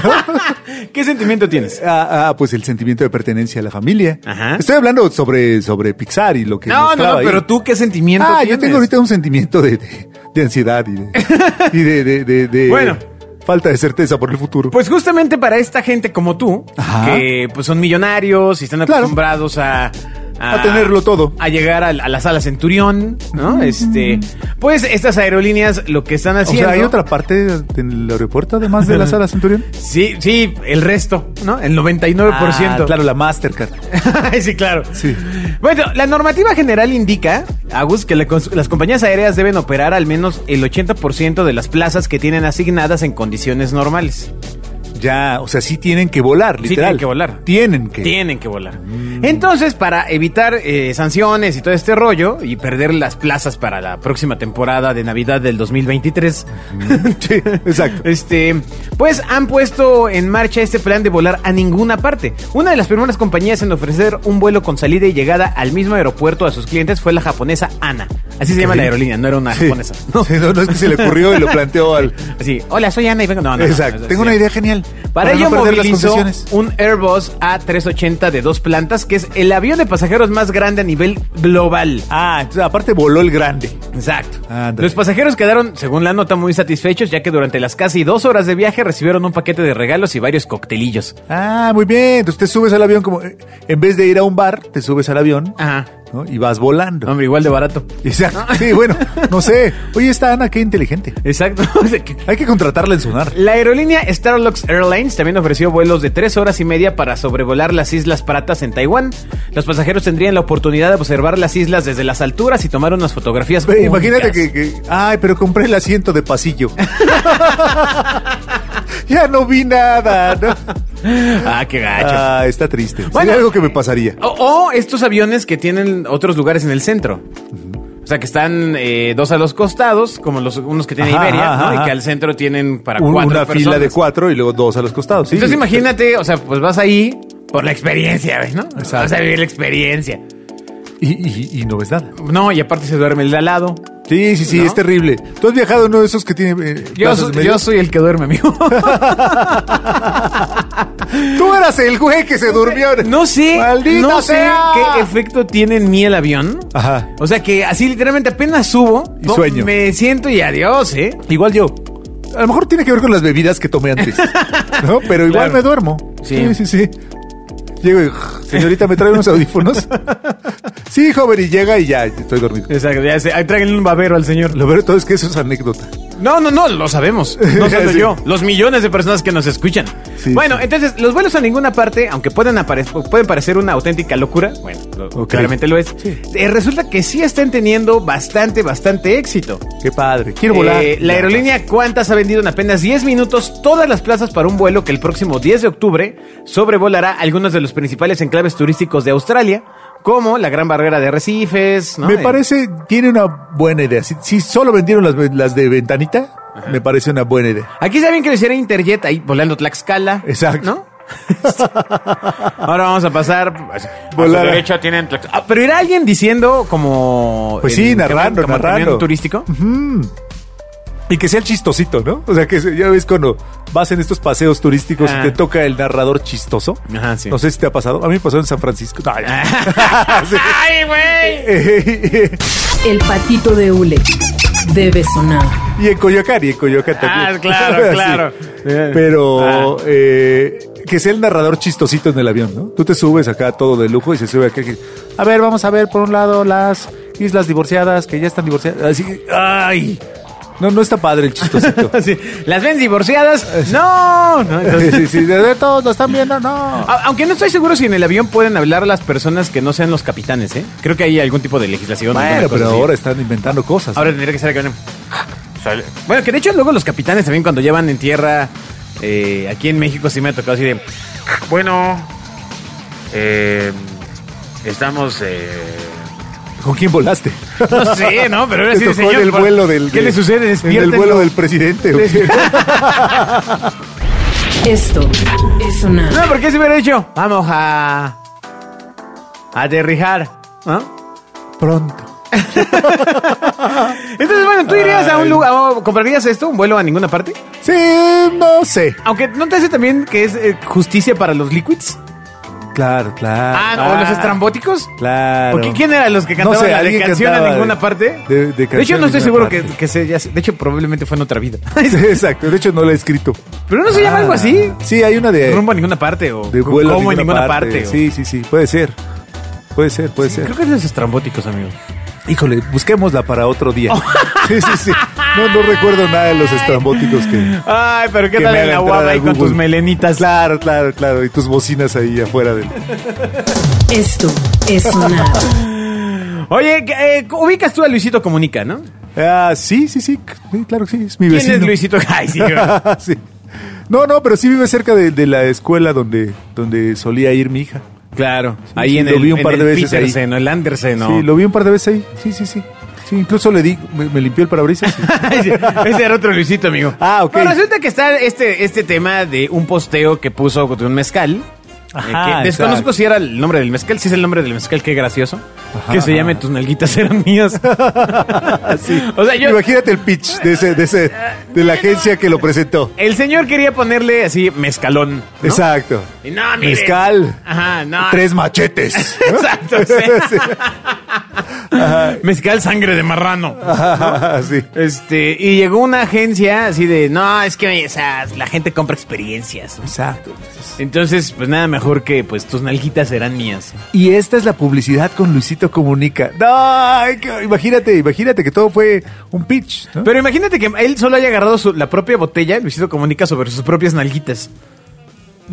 Speaker 2: ¿Qué sentimiento tienes?
Speaker 3: Ah, ah, pues el sentimiento de pertenencia a la familia.
Speaker 2: Ajá.
Speaker 3: Estoy hablando sobre, sobre Pixar y lo que.
Speaker 2: No, no,
Speaker 3: mostraba
Speaker 2: no,
Speaker 3: ahí.
Speaker 2: pero tú, ¿qué sentimiento
Speaker 3: Ah,
Speaker 2: tienes?
Speaker 3: yo tengo ahorita un sentimiento de, de- de ansiedad y de. y de, de- de- de-
Speaker 2: Bueno.
Speaker 3: Falta de certeza por el futuro.
Speaker 2: Pues justamente para esta gente como tú,
Speaker 3: Ajá.
Speaker 2: que pues son millonarios y están
Speaker 3: Claro.
Speaker 2: acostumbrados a,
Speaker 3: A
Speaker 2: ah,
Speaker 3: tenerlo todo.
Speaker 2: a llegar a, a la sala Centurión, ¿no? Este, pues estas aerolíneas lo que están
Speaker 3: o
Speaker 2: haciendo.
Speaker 3: sea, hay otra parte en el aeropuerto, además de la sala Centurión.
Speaker 2: Sí, sí, el resto, ¿no? El 99%.
Speaker 3: Ah, claro, la Mastercard.
Speaker 2: Ay, sí, claro.
Speaker 3: Sí.
Speaker 2: Bueno, la normativa general indica, Agus, que la cons- las compañías aéreas deben operar al menos el 80% de las plazas que tienen asignadas en condiciones normales.
Speaker 3: Ya, o sea, sí tienen que volar,
Speaker 2: Sí
Speaker 3: literal.
Speaker 2: tienen que volar.
Speaker 3: Tienen que.
Speaker 2: Tienen que volar. Entonces, para evitar eh, sanciones y todo este rollo y perder las plazas para la próxima temporada de Navidad del 2023,
Speaker 3: Sí, exacto.
Speaker 2: Este, pues han puesto en marcha este plan de volar a ninguna parte. Una de las primeras compañías en ofrecer un vuelo con salida y llegada al mismo aeropuerto a sus clientes fue la japonesa ANA. Así se llama la aerolínea, no era una
Speaker 3: Sí.
Speaker 2: japonesa. No.
Speaker 3: Sí, no, no es que se le ocurrió y lo planteó al.
Speaker 2: Así, hola, soy Ana y vengo. No, no, no,
Speaker 3: Exacto.
Speaker 2: no, no,
Speaker 3: Tengo
Speaker 2: sí.
Speaker 3: una idea genial.
Speaker 2: Para,
Speaker 3: no
Speaker 2: ello
Speaker 3: perder las
Speaker 2: movilizó
Speaker 3: concesiones.
Speaker 2: un Airbus A380 de dos plantas, que es el avión de pasajeros más grande a nivel global.
Speaker 3: Ah, entonces, aparte voló el grande.
Speaker 2: Exacto.
Speaker 3: Ándale.
Speaker 2: Los pasajeros quedaron, según la nota, muy satisfechos, ya que durante las casi dos horas de viaje recibieron un paquete de regalos y varios coctelillos.
Speaker 3: Ah, muy bien. Entonces te subes al avión como... eh, En vez de ir a un bar, te subes al avión
Speaker 2: Ajá.
Speaker 3: ¿no? y vas volando.
Speaker 2: Hombre, igual de barato.
Speaker 3: Exacto. Sí, bueno, no sé. Oye, esta Ana, qué inteligente.
Speaker 2: Exacto.
Speaker 3: Hay que contratarla en Sonar.
Speaker 2: La aerolínea Starlux Airlines también ofreció vuelos de 3 horas y media para sobrevolar las Islas Pratas en Taiwán. Los pasajeros tendrían la oportunidad de observar las islas desde las alturas y tomar unas fotografías.
Speaker 3: Ve, Imagínate
Speaker 2: únicas.
Speaker 3: que, que- Ay, pero compré el asiento de pasillo. ya no vi nada. ¿no?
Speaker 2: Ah, qué gacho.
Speaker 3: Ah, está triste. Sería
Speaker 2: Bueno.
Speaker 3: algo que me pasaría.
Speaker 2: O, o estos aviones que tienen otros lugares en el centro. O sea, que están eh, dos a los costados, como los unos que tiene
Speaker 3: Ajá,
Speaker 2: Iberia,
Speaker 3: ajá,
Speaker 2: ¿no? Y
Speaker 3: ajá.
Speaker 2: que al centro tienen para
Speaker 3: Un-
Speaker 2: cuatro
Speaker 3: una fila
Speaker 2: personas.
Speaker 3: de cuatro y luego dos a los costados. sí.
Speaker 2: Entonces imagínate, o sea, pues vas ahí por la experiencia, ¿ves, no?
Speaker 3: Exacto.
Speaker 2: Vas a vivir la experiencia.
Speaker 3: Y- y- y no ves nada.
Speaker 2: No, y aparte se duerme el de al lado.
Speaker 3: Sí, sí, sí,
Speaker 2: ¿No?
Speaker 3: es terrible. ¿Tú has viajado en uno de esos que tiene... eh,
Speaker 2: Yo,
Speaker 3: plazas
Speaker 2: so-
Speaker 3: en medio?
Speaker 2: yo soy el que duerme, amigo.
Speaker 3: Tú eras el güey que se durmió.
Speaker 2: No sé,
Speaker 3: ¡Maldito
Speaker 2: no
Speaker 3: sea!
Speaker 2: sé qué efecto tiene en mí el avión.
Speaker 3: Ajá.
Speaker 2: O sea que así literalmente apenas subo,
Speaker 3: Y
Speaker 2: pum,
Speaker 3: sueño.
Speaker 2: me siento y adiós, ¿eh?
Speaker 3: Igual yo. A lo mejor tiene que ver con las bebidas que tomé antes. ¿No? Pero igual
Speaker 2: Claro.
Speaker 3: me duermo.
Speaker 2: Sí.
Speaker 3: Sí, sí, sí. Llego y, señorita, ¿me trae unos audífonos? sí, joven, y llega y ya, estoy dormido.
Speaker 2: Exacto, ya sé. Ahí tráiganle un babero al señor.
Speaker 3: Lo peor de todo es que eso es anécdota.
Speaker 2: No, no, no, lo sabemos. No solo
Speaker 3: Sí.
Speaker 2: yo, los millones de personas que nos escuchan.
Speaker 3: Sí,
Speaker 2: bueno,
Speaker 3: sí.
Speaker 2: entonces, los vuelos a ninguna parte, aunque pueden, apare- pueden parecer una auténtica locura, bueno, lo-
Speaker 3: Ok.
Speaker 2: claramente lo es, eh, resulta que sí están teniendo bastante, bastante éxito.
Speaker 3: Qué padre. Quiero volar.
Speaker 2: Eh, la aerolínea Qantas ha vendido en apenas 10 minutos todas las plazas para un vuelo que el próximo 10 de octubre sobrevolará algunos de los principales enclaves turísticos de Australia, como la Gran Barrera de Arrecifes. ¿no?
Speaker 3: Me
Speaker 2: Eh,
Speaker 3: parece, tiene una buena idea. Si, si solo vendieron las, las de ventanita, me parece una buena idea.
Speaker 2: Aquí saben que lo hiciera Interjet ahí volando Tlaxcala.
Speaker 3: Exacto.
Speaker 2: ¿No? Ahora vamos a pasar. pues, a su
Speaker 3: Volar a-
Speaker 2: derecha tienen Tlaxcala. Ah, pero irá alguien diciendo como.
Speaker 3: Pues
Speaker 2: en
Speaker 3: sí,
Speaker 2: camión-
Speaker 3: narrando,
Speaker 2: como en
Speaker 3: narrando.
Speaker 2: camión turístico.
Speaker 3: Y que sea el chistosito, ¿no? O sea, que se- ya ves cuando vas en estos paseos turísticos
Speaker 2: Ah.
Speaker 3: y te toca el narrador chistoso.
Speaker 2: Ajá, sí.
Speaker 3: No sé si te ha pasado. A mí me pasó en San Francisco. Ay. Sí.
Speaker 2: ¡Ay, güey!
Speaker 1: El patito de hule debe sonar.
Speaker 3: y en Coyoacán, y en Coyoacán también.
Speaker 2: Ah, claro,
Speaker 3: Sí.
Speaker 2: claro. Ah.
Speaker 3: Pero eh, que sea el narrador chistosito en el avión, ¿no? Tú te subes acá todo de lujo y se sube acá. que, A ver, vamos a ver por un lado las islas divorciadas que ya están divorciadas. Así que, ¡ay! No, no está padre el chistosito.
Speaker 2: Sí. ¿Las ven divorciadas? ¡No! no entonces-
Speaker 3: sí, sí, de de todos lo están viendo, no.
Speaker 2: A- Aunque no estoy seguro si en el avión pueden hablar las personas que no sean los capitanes, ¿eh? Creo que hay algún tipo de legislación. alguna
Speaker 3: Bueno,
Speaker 2: cosa
Speaker 3: pero
Speaker 2: así.
Speaker 3: ahora están inventando cosas.
Speaker 2: Pues Ahora tendría que ser que... Bueno, que de hecho luego los capitanes también cuando llevan en tierra... eh, aquí en México sí me ha tocado así de...
Speaker 4: Bueno, eh, estamos... eh,
Speaker 3: ¿Con quién volaste?
Speaker 2: No sé, ¿no? Pero ahora
Speaker 3: Te
Speaker 2: sí,
Speaker 3: tocó
Speaker 2: señor,
Speaker 3: en el
Speaker 2: por-
Speaker 3: vuelo del.
Speaker 2: ¿Qué
Speaker 3: de-
Speaker 2: le sucede?
Speaker 3: en
Speaker 2: Despiértenlo.
Speaker 3: el vuelo del presidente. güey.
Speaker 1: Esto es sonar.
Speaker 2: No, porque se hubiera dicho... Vamos a... Aterrijar, ¿no?
Speaker 3: Pronto.
Speaker 2: Entonces, bueno, ¿tú irías a un
Speaker 3: Ay.
Speaker 2: lugar, o comprarías esto, un vuelo a ninguna parte?
Speaker 3: Sí, no sé.
Speaker 2: Aunque, ¿no te hace también que es eh, justicia para los liquids?
Speaker 3: Claro, claro.
Speaker 2: Ah, ¿o los estrambóticos?
Speaker 3: Claro.
Speaker 2: Porque ¿quién eran los que
Speaker 3: No
Speaker 2: cantaban
Speaker 3: sé,
Speaker 2: la de
Speaker 3: alguien
Speaker 2: canción a
Speaker 3: cantaba
Speaker 2: ninguna
Speaker 3: de-
Speaker 2: parte?
Speaker 3: de- de canción
Speaker 2: hecho, no
Speaker 3: a
Speaker 2: estoy
Speaker 3: ninguna
Speaker 2: seguro que,
Speaker 3: parte.
Speaker 2: que se, ya se- De hecho, probablemente fue en otra vida.
Speaker 3: Sí, exacto. De hecho, no lo he escrito.
Speaker 2: Pero no se llama algo así.
Speaker 3: Sí, hay una de.
Speaker 2: Rumbo a ninguna parte o
Speaker 3: Ah. Eh, de vuelo a
Speaker 2: como en ninguna parte. o-
Speaker 3: Sí, sí, sí. Puede ser. Puede ser, puede ser.
Speaker 2: Creo que es de los estrambóticos, amigo.
Speaker 3: Híjole, busquémosla para otro día.
Speaker 2: Oh.
Speaker 3: Sí, sí, sí. No, no recuerdo nada de los estrambóticos que.
Speaker 2: Ay, pero ¿qué
Speaker 3: que
Speaker 2: tal
Speaker 3: me
Speaker 2: en la
Speaker 3: haga
Speaker 2: guava
Speaker 3: entrar a
Speaker 2: ahí con
Speaker 3: Google.
Speaker 2: tus melenitas?
Speaker 3: Claro, claro, claro. Y tus bocinas ahí afuera del.
Speaker 1: Esto es sonar.
Speaker 2: Oye, que, eh, ubicas tú a Luisito Comunica, ¿no?
Speaker 3: Ah, sí, sí, sí. Sí, Claro que sí. Es mi
Speaker 2: ¿Quién
Speaker 3: vecino.
Speaker 2: es Luisito? Ay, sí, güey.
Speaker 3: Sí. No, no, pero sí vive cerca de, de la escuela donde, donde solía ir mi hija.
Speaker 2: Claro, ahí
Speaker 3: sí,
Speaker 2: en
Speaker 3: lo
Speaker 2: el,
Speaker 3: vi un
Speaker 2: en
Speaker 3: par
Speaker 2: el
Speaker 3: de veces ahí.
Speaker 2: Petersen, o el Andersen, ¿no?
Speaker 3: Sí, lo vi un par de veces ahí. Sí, sí, sí. Sí, incluso le di, me, me limpió el parabrisas.
Speaker 2: Ese era otro Luisito, amigo.
Speaker 3: Ah, ok.
Speaker 2: Bueno, resulta que está este, este tema de un posteo que puso de un mezcal. eh,
Speaker 3: Ajá,
Speaker 2: que desconozco
Speaker 3: exacto.
Speaker 2: si era el nombre del mezcal, si es el nombre del mezcal, qué gracioso.
Speaker 3: Ajá.
Speaker 2: que se llame Tus nalguitas eran mías.
Speaker 3: Así.
Speaker 2: O sea, yo-
Speaker 3: Imagínate el pitch de ese, de ese, de la agencia que lo presentó.
Speaker 2: El señor quería ponerle así mezcalón. ¿no?
Speaker 3: Exacto.
Speaker 2: Y no, mire.
Speaker 3: Mezcal.
Speaker 2: Ajá, no.
Speaker 3: Tres machetes. ¿no?
Speaker 2: Exacto, sí.
Speaker 3: Sí.
Speaker 2: Mezcal sangre de marrano.
Speaker 3: Ajá, sí.
Speaker 2: Este, y llegó una agencia así de, no, es que o sea, la gente compra experiencias.
Speaker 3: Exacto.
Speaker 2: Entonces, pues nada mejor que pues tus nalguitas eran mías.
Speaker 3: Y esta es la publicidad con Luisito Comunica. No, ay, que- imagínate, imagínate que todo fue un pitch. ¿no?
Speaker 2: Pero imagínate que él solo haya agarrado su- la propia botella, Luisito comunica sobre sus propias nalguitas.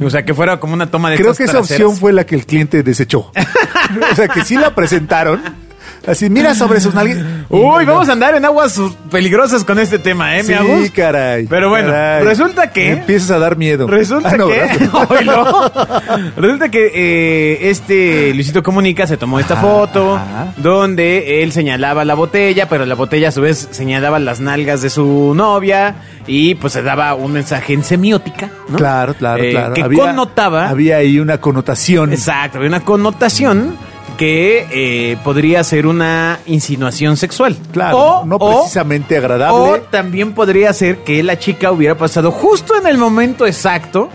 Speaker 2: O sea, que fuera como una toma de
Speaker 3: Creo
Speaker 2: estas
Speaker 3: que esa
Speaker 2: traseras.
Speaker 3: opción fue la que el cliente desechó. o sea, que sí la presentaron. Así, mira sobre sus nalgas.
Speaker 2: Uy, vamos a andar en aguas peligrosas con este tema, ¿eh, mi Agus?
Speaker 3: Sí, caray.
Speaker 2: Pero bueno,
Speaker 3: caray.
Speaker 2: resulta que-
Speaker 3: Empiezas a dar miedo.
Speaker 2: Resulta
Speaker 3: Ah, no,
Speaker 2: que.
Speaker 3: ¿verdad?
Speaker 2: Ay, no. Resulta que eh, este Luisito Comunica se tomó esta
Speaker 3: Ajá,
Speaker 2: foto
Speaker 3: Ah, ajá.
Speaker 2: donde él señalaba la botella, pero la botella a su vez señalaba las nalgas de su novia y pues se daba un mensaje en semiótica, ¿no?
Speaker 3: Claro, claro,
Speaker 2: Eh,
Speaker 3: claro.
Speaker 2: Que
Speaker 3: Había-
Speaker 2: connotaba.
Speaker 3: Había ahí una connotación.
Speaker 2: Exacto, había una connotación que eh, podría ser una insinuación sexual.
Speaker 3: Claro.
Speaker 2: O-
Speaker 3: no
Speaker 2: o-
Speaker 3: precisamente agradable.
Speaker 2: O también podría ser que la chica hubiera pasado justo en el momento exacto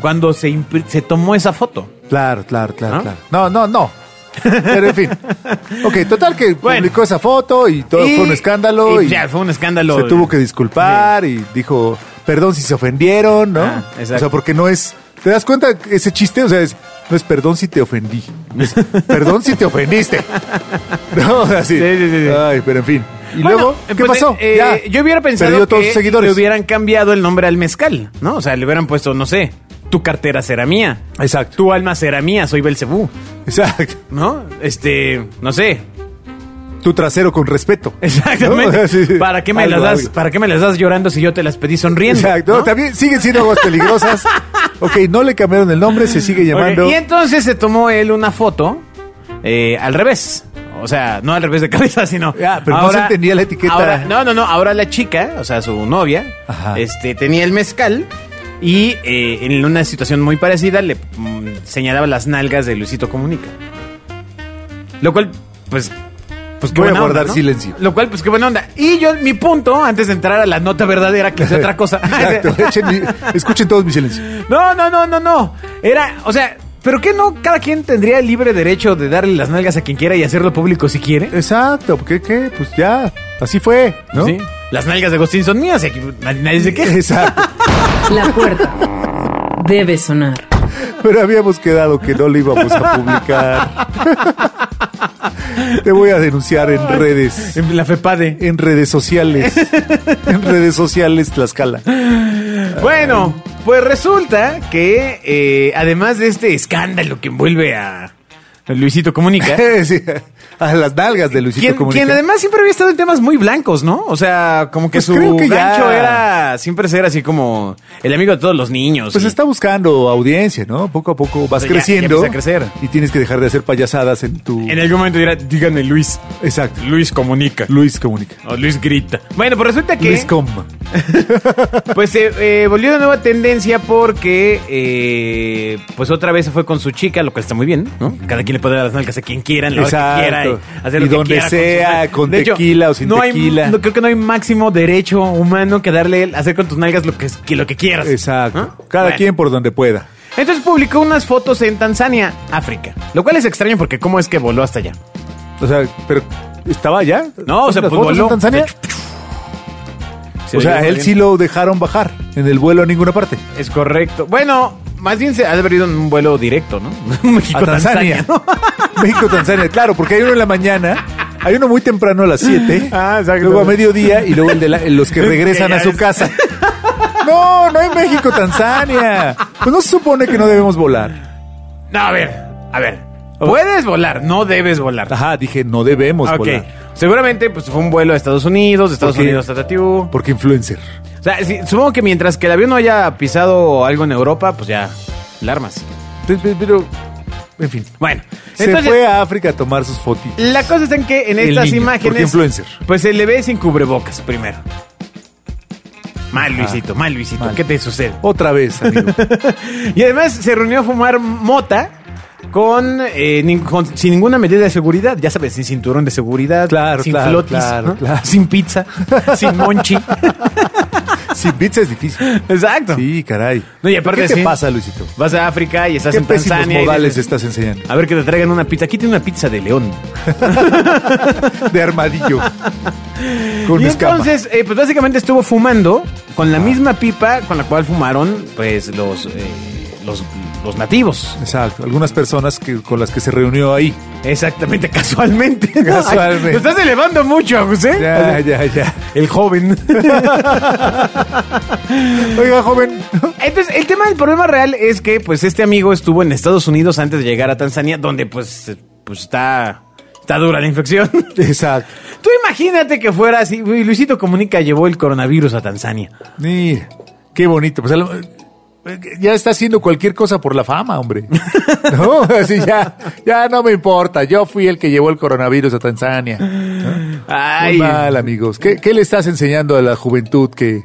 Speaker 2: cuando se, impri- se tomó esa foto.
Speaker 3: Claro, claro, claro,
Speaker 2: ¿No?
Speaker 3: claro. No, no, no. Pero en fin. Ok, total que
Speaker 2: Bueno.
Speaker 3: publicó esa foto y todo
Speaker 2: Y-
Speaker 3: fue un escándalo.
Speaker 2: y ya, fue un escándalo.
Speaker 3: Se tuvo que disculpar y dijo, perdón si se ofendieron, ¿no?
Speaker 2: Ah, exacto.
Speaker 3: O sea, porque no es. ¿Te das cuenta que ese chiste? O sea, es, no es perdón si te ofendí. Es, perdón si te ofendiste. No, así.
Speaker 2: Sí, sí, sí, sí.
Speaker 3: Ay, pero en fin. ¿Y
Speaker 2: Bueno,
Speaker 3: luego? ¿Qué
Speaker 2: pues,
Speaker 3: pasó?
Speaker 2: eh,
Speaker 3: Ya.
Speaker 2: Yo hubiera pensado
Speaker 3: Perdió todos
Speaker 2: que
Speaker 3: sus seguidores.
Speaker 2: le hubieran cambiado el nombre al mezcal, ¿no? O sea, le hubieran puesto, no sé, tu cartera será mía.
Speaker 3: Exacto.
Speaker 2: Tu alma será mía, soy Belcebú,
Speaker 3: Exacto.
Speaker 2: ¿no? Este, no sé.
Speaker 3: Tu trasero con respeto.
Speaker 2: Exactamente.
Speaker 3: ¿No? Sí, sí.
Speaker 2: ¿Para qué me
Speaker 3: Algo,
Speaker 2: las das?
Speaker 3: algo.
Speaker 2: ¿Para qué me las das llorando si yo te las pedí sonriendo?
Speaker 3: Exacto.
Speaker 2: ¿no?
Speaker 3: También siguen siendo aguas peligrosas. ok, no le cambiaron el nombre, se sigue llamando.
Speaker 2: Ok, Y entonces se tomó él una foto eh, al revés. O sea, no al revés de cabeza, sino.
Speaker 3: Ya, Ah, pero no se entendía la etiqueta.
Speaker 2: ahora- no, no, no. Ahora la chica, o sea, su novia,
Speaker 3: Ajá.
Speaker 2: este, tenía el mezcal. Y eh, en una situación muy parecida le mm, señalaba las nalgas de Luisito Comunica. Lo cual, pues. Pues qué
Speaker 3: Voy a
Speaker 2: buena
Speaker 3: guardar
Speaker 2: onda, ¿no?
Speaker 3: silencio.
Speaker 2: Lo cual, pues qué buena onda. Y yo, mi punto, antes de entrar a la nota verdadera, que es otra cosa.
Speaker 3: Exacto. Echen mi- escuchen todos mis silencios.
Speaker 2: No, no, no, no, no. Era, o sea, ¿pero qué no? Cada quien tendría el libre derecho de darle las nalgas a quien quiera y hacerlo público si quiere.
Speaker 3: Exacto, porque qué, pues ya, así fue, ¿no?
Speaker 2: Sí. Las nalgas de Agustín son mías y aquí nadie, nadie se queja.
Speaker 3: Exacto.
Speaker 1: La puerta debe sonar.
Speaker 3: Pero habíamos quedado que no lo íbamos a publicar. Te voy a denunciar en redes.
Speaker 2: En la FEPADE.
Speaker 3: En redes sociales. En redes sociales, Tlaxcala.
Speaker 2: Bueno, pues resulta que eh, además de este escándalo que envuelve a Luisito Comunica,
Speaker 3: Sí, a las nalgas de Luisito
Speaker 2: quien,
Speaker 3: Comunica.
Speaker 2: quien además siempre había estado en temas muy blancos, ¿no? O sea, como que
Speaker 3: Pues
Speaker 2: su
Speaker 3: creo que ya-
Speaker 2: gancho era siempre ser así como el amigo de todos los niños.
Speaker 3: Pues
Speaker 2: y-
Speaker 3: está buscando audiencia, ¿no? Poco a poco vas
Speaker 2: Ya- ya
Speaker 3: creciendo.
Speaker 2: empieza a crecer.
Speaker 3: Y tienes que dejar de hacer payasadas en tu.
Speaker 2: En algún momento dirá, díganme Luis.
Speaker 3: Exacto.
Speaker 2: Luis comunica.
Speaker 3: Luis Comunica.
Speaker 2: O Oh, Luis grita. Bueno, pues resulta que
Speaker 3: Luis Com.
Speaker 2: pues se eh, volvió una nueva tendencia porque eh, pues otra vez se fue con su chica, lo cual está muy bien, ¿no? Cada quien le pueden dar las nalgas a quien quieran, lo que
Speaker 3: Exacto.
Speaker 2: quiera. Y, hacer
Speaker 3: Y
Speaker 2: lo que
Speaker 3: donde
Speaker 2: quiera con
Speaker 3: sea,
Speaker 2: sus nalgas.
Speaker 3: con
Speaker 2: De
Speaker 3: tequila o sin
Speaker 2: no hay-
Speaker 3: tequila.
Speaker 2: no, creo que no hay máximo derecho humano que darle, hacer con tus nalgas lo que, que lo que quieras.
Speaker 3: Exacto.
Speaker 2: ¿Ah?
Speaker 3: Cada
Speaker 2: Bueno.
Speaker 3: quien por donde pueda.
Speaker 2: Entonces publicó unas fotos en Tanzania, África. Lo cual es extraño porque cómo es que voló hasta allá.
Speaker 3: O sea, pero ¿estaba allá?
Speaker 2: No, o sea,
Speaker 3: ¿Las
Speaker 2: pues
Speaker 3: fotos en
Speaker 2: voló.
Speaker 3: Tanzania? o sea, él sí lo dejaron bajar en el vuelo a ninguna parte.
Speaker 2: Es correcto. Bueno, más bien se ha de haber ido en un vuelo directo, ¿no?
Speaker 3: A Tanzania.
Speaker 2: México-Tanzania. ¿no?
Speaker 3: México-Tanzania, claro, porque hay uno en la mañana, hay uno muy temprano a las 7,
Speaker 2: Ah, exacto.
Speaker 3: luego a mediodía y luego el de la- los que regresan
Speaker 2: Que ya
Speaker 3: a su
Speaker 2: es-
Speaker 3: casa. No, no hay México-Tanzania. Pues no se supone que no debemos volar.
Speaker 2: No, a ver, a ver.
Speaker 3: Oh.
Speaker 2: Puedes volar, no debes volar.
Speaker 3: Ajá, dije, no debemos
Speaker 2: Ok.
Speaker 3: Ah, volar.
Speaker 2: Seguramente pues fue un vuelo a Estados Unidos, de Estados
Speaker 3: Porque-
Speaker 2: Unidos a Tatiú.
Speaker 3: Porque influencer.
Speaker 2: O sea, sí, supongo que mientras que el avión no haya pisado algo en Europa, pues ya, alarmas.
Speaker 3: Pe- pe- Pero, en fin.
Speaker 2: Bueno,
Speaker 3: Se fue a África a tomar sus fotitos.
Speaker 2: La cosa está en que en
Speaker 3: El
Speaker 2: estas
Speaker 3: niño, porque
Speaker 2: imágenes.
Speaker 3: influencer.
Speaker 2: Pues se le ve sin cubrebocas primero. Mal, Luisito, mal, Luisito.
Speaker 3: Ah. mal.
Speaker 2: ¿Qué te sucede?
Speaker 3: Otra vez, amigo.
Speaker 2: Y además se reunió a fumar mota con, eh, nin- con- sin ninguna medida de seguridad. Ya sabes, sin cinturón de seguridad.
Speaker 3: Claro,
Speaker 2: sin
Speaker 3: claro,
Speaker 2: flotis.
Speaker 3: claro,
Speaker 2: ¿no?
Speaker 3: claro.
Speaker 2: Sin pizza. sin monchi.
Speaker 3: Sin pizza es difícil.
Speaker 2: Exacto.
Speaker 3: Sí, caray.
Speaker 2: No, y aparte
Speaker 3: ¿Qué te
Speaker 2: sí.
Speaker 3: pasa, Luisito?
Speaker 2: Vas a África y estás
Speaker 3: ¿Qué
Speaker 2: en
Speaker 3: pésimos
Speaker 2: Tanzania. y
Speaker 3: modales
Speaker 2: dices,
Speaker 3: estás enseñando?
Speaker 2: A ver que te traigan una pizza. Aquí tiene una pizza de león.
Speaker 3: De armadillo. Con
Speaker 2: y
Speaker 3: escama. Ah.
Speaker 2: entonces, eh, pues básicamente estuvo fumando con la misma pipa con la cual fumaron, pues, los, eh, los, los nativos.
Speaker 3: Exacto, algunas personas que, con las que se reunió ahí.
Speaker 2: Exactamente, casualmente. ¿no?
Speaker 3: Casualmente.
Speaker 2: Ay, Lo estás elevando mucho, José.
Speaker 3: Ya, ya, ya.
Speaker 2: El joven.
Speaker 3: Oiga, joven.
Speaker 2: Entonces, el tema del problema real es que, pues, este amigo estuvo en Estados Unidos antes de llegar a Tanzania, donde, pues, eh, pues está, está dura la infección.
Speaker 3: Exacto.
Speaker 2: Tú imagínate que fuera así. uy, Luisito Comunica llevó el coronavirus a Tanzania.
Speaker 3: Y, qué bonito. Pues, a lo- ya está haciendo cualquier cosa por la fama, hombre. No, así ya, ya no me importa. Yo fui el que llevó el coronavirus a Tanzania. ¿No? Muy mal, amigos. ¿Qué, qué le estás enseñando a la juventud que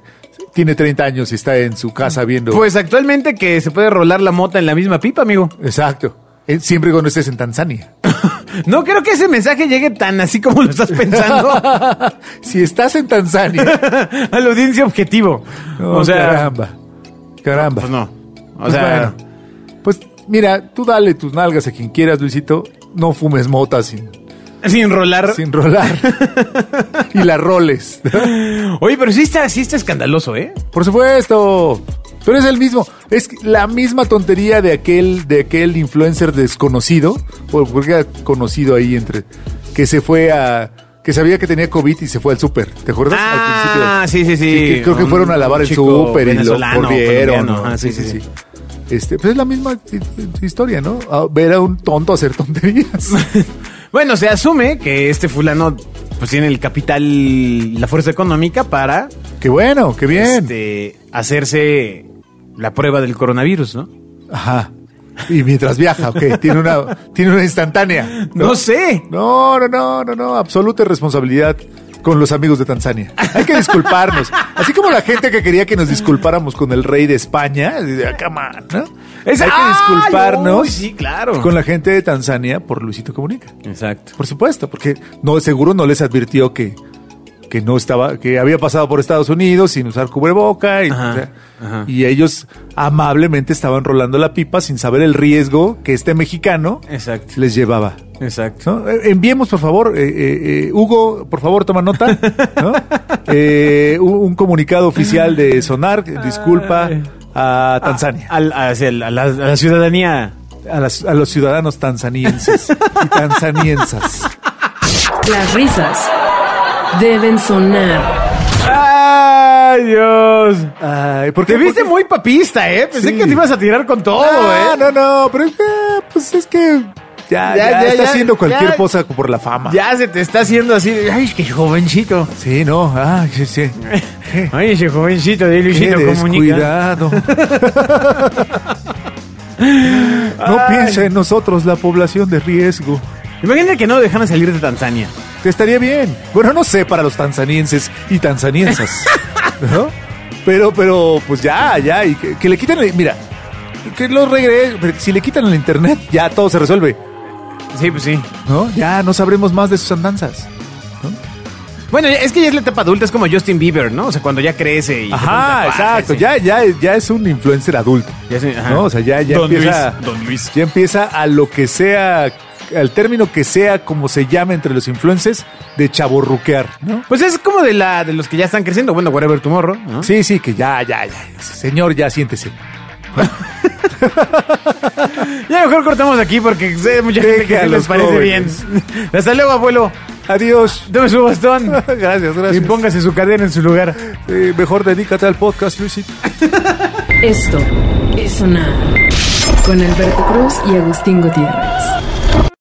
Speaker 3: tiene 30 años y está en su casa viendo?
Speaker 2: Pues actualmente que se puede rolar la mota en la misma pipa, amigo.
Speaker 3: Exacto. Eh, Siempre cuando estés en Tanzania.
Speaker 2: No creo que ese mensaje llegue tan así como lo estás pensando
Speaker 3: si estás en Tanzania.
Speaker 2: a la audiencia objetivo.
Speaker 3: No,
Speaker 2: o sea,
Speaker 3: Oh, caramba. Caramba.
Speaker 2: pues no. O
Speaker 3: Pues
Speaker 2: sea,
Speaker 3: bueno. pues mira, tú dale tus nalgas a quien quieras, Luisito. No fumes mota sin,
Speaker 2: sin rolar.
Speaker 3: sin rolar. y la roles.
Speaker 2: Oye, pero sí está, sí está escandaloso, ¿eh?
Speaker 3: Por supuesto. Tú eres el mismo. Es la misma tontería de aquel, de aquel influencer desconocido. O porque era conocido ahí entre. Que se fue a. Que sabía que tenía COVID y se fue al súper. ¿Te acuerdas? Pues Al principio
Speaker 2: Ah,
Speaker 3: del-
Speaker 2: sí, sí, sí.
Speaker 3: que creo que
Speaker 2: Un-
Speaker 3: fueron a lavar
Speaker 2: un
Speaker 3: el
Speaker 2: chico
Speaker 3: súper y lo
Speaker 2: venezolano,
Speaker 3: corrieron.
Speaker 2: colombiano.
Speaker 3: ¿no?
Speaker 2: Ajá, sí, sí, sí.
Speaker 3: Este, pues es la misma hi- hi- historia, ¿no? A ver a un tonto hacer tonterías.
Speaker 2: Bueno, se asume que este fulano pues tiene el capital, la fuerza económica para
Speaker 3: qué bueno, qué bien.
Speaker 2: este, hacerse la prueba del coronavirus, ¿no?
Speaker 3: Ajá. Y mientras viaja, ok, tiene una, tiene una instantánea.
Speaker 2: No sé.
Speaker 3: No, no, no, no, no. Absoluta irresponsabilidad con los amigos de Tanzania. Hay que disculparnos. Así como la gente que quería que nos disculpáramos con el rey de España, de acá, man, ¿no?
Speaker 2: Es-
Speaker 3: Hay que
Speaker 2: ¡Ay,
Speaker 3: disculparnos
Speaker 2: uy, sí, claro.
Speaker 3: con la gente de Tanzania por Luisito Comunica.
Speaker 2: Exacto.
Speaker 3: Por supuesto, porque no, seguro no les advirtió que, que no estaba, que había pasado por Estados Unidos sin usar cubreboca y,
Speaker 2: Ajá,
Speaker 3: o sea,
Speaker 2: ajá.
Speaker 3: y ellos amablemente estaban rolando la pipa sin saber el riesgo que este mexicano
Speaker 2: Exacto.
Speaker 3: les llevaba.
Speaker 2: Exacto.
Speaker 3: ¿no? Eh, Enviemos, por favor, eh, eh, eh, Hugo, por favor, toma nota. ¿no? Eh, un, un comunicado oficial de Sonar, disculpa a Tanzania.
Speaker 2: Al- hacia el- a, la, a la ciudadanía.
Speaker 3: A, las- a los ciudadanos tanzanienses y tanzaniensas.
Speaker 1: Las risas deben sonar.
Speaker 2: ¡Ay, Dios!
Speaker 3: Ay, ¿por qué?
Speaker 2: Te viste
Speaker 3: ¿Por qué?
Speaker 2: muy papista, ¿eh? Pensé
Speaker 3: Sí.
Speaker 2: que te ibas a tirar con todo,
Speaker 3: Ah,
Speaker 2: ¿eh?
Speaker 3: No, no, pero eh, pues es que ya,
Speaker 2: Ya,
Speaker 3: ya
Speaker 2: ya,
Speaker 3: está
Speaker 2: ya,
Speaker 3: haciendo cualquier
Speaker 2: ya.
Speaker 3: cosa por la fama.
Speaker 2: Ya se te está haciendo así. de, ¡Ay, qué jovencito!
Speaker 3: Sí, no, ah, sí, sí. Qué-
Speaker 2: ¡Ay, ese jovencito de
Speaker 3: qué
Speaker 2: Luisito Comunica!
Speaker 3: descuidado. no piensa en nosotros la población de riesgo.
Speaker 2: Imagínate que no lo dejaran salir de Tanzania.
Speaker 3: Que estaría bien. Bueno, no sé para los tanzanienses y tanzaniensas. ¿no? Pero, pero, pues ya, ya. Y que, que le quiten el- Mira, que lo regresen. Si le quitan el internet, ya todo se resuelve.
Speaker 2: Sí, pues sí.
Speaker 3: ¿no? Ya no sabremos más de sus andanzas.
Speaker 2: Bueno, ya- es que ya es la etapa adulta, es como Justin Bieber, ¿no? O sea, cuando ya crece y. se
Speaker 3: Ajá,
Speaker 2: pone tatuajes
Speaker 3: exacto.
Speaker 2: y-
Speaker 3: Ya, ya, ya es un influencer adulto.
Speaker 2: Ya es- ajá.
Speaker 3: ¿no? O sea, ya, ya
Speaker 5: Don
Speaker 3: empieza.
Speaker 5: Luis, Don Luis.
Speaker 3: Ya empieza a lo que sea, al término que sea, como se llama entre los influencers, de chaborruquear, ¿no?
Speaker 2: Pues es como de la de los que ya están creciendo. Bueno, Whatever Tomorrow, ¿no?
Speaker 3: Sí, sí, que ya, ya, ya. Señor, ya siéntese.
Speaker 2: Ya mejor cortamos aquí porque sé mucha gente que
Speaker 3: Deje a
Speaker 2: sí les
Speaker 3: los
Speaker 2: parece
Speaker 3: jóvenes.
Speaker 2: bien. Hasta luego, abuelo.
Speaker 3: Adiós.
Speaker 2: Tome su bastón
Speaker 3: gracias,
Speaker 2: y
Speaker 3: gracias.
Speaker 2: póngase su cadena en su lugar.
Speaker 3: Eh, mejor dedícate al podcast, Luisito.
Speaker 1: Esto es sonar con Alberto Cruz y Agustín Gutiérrez.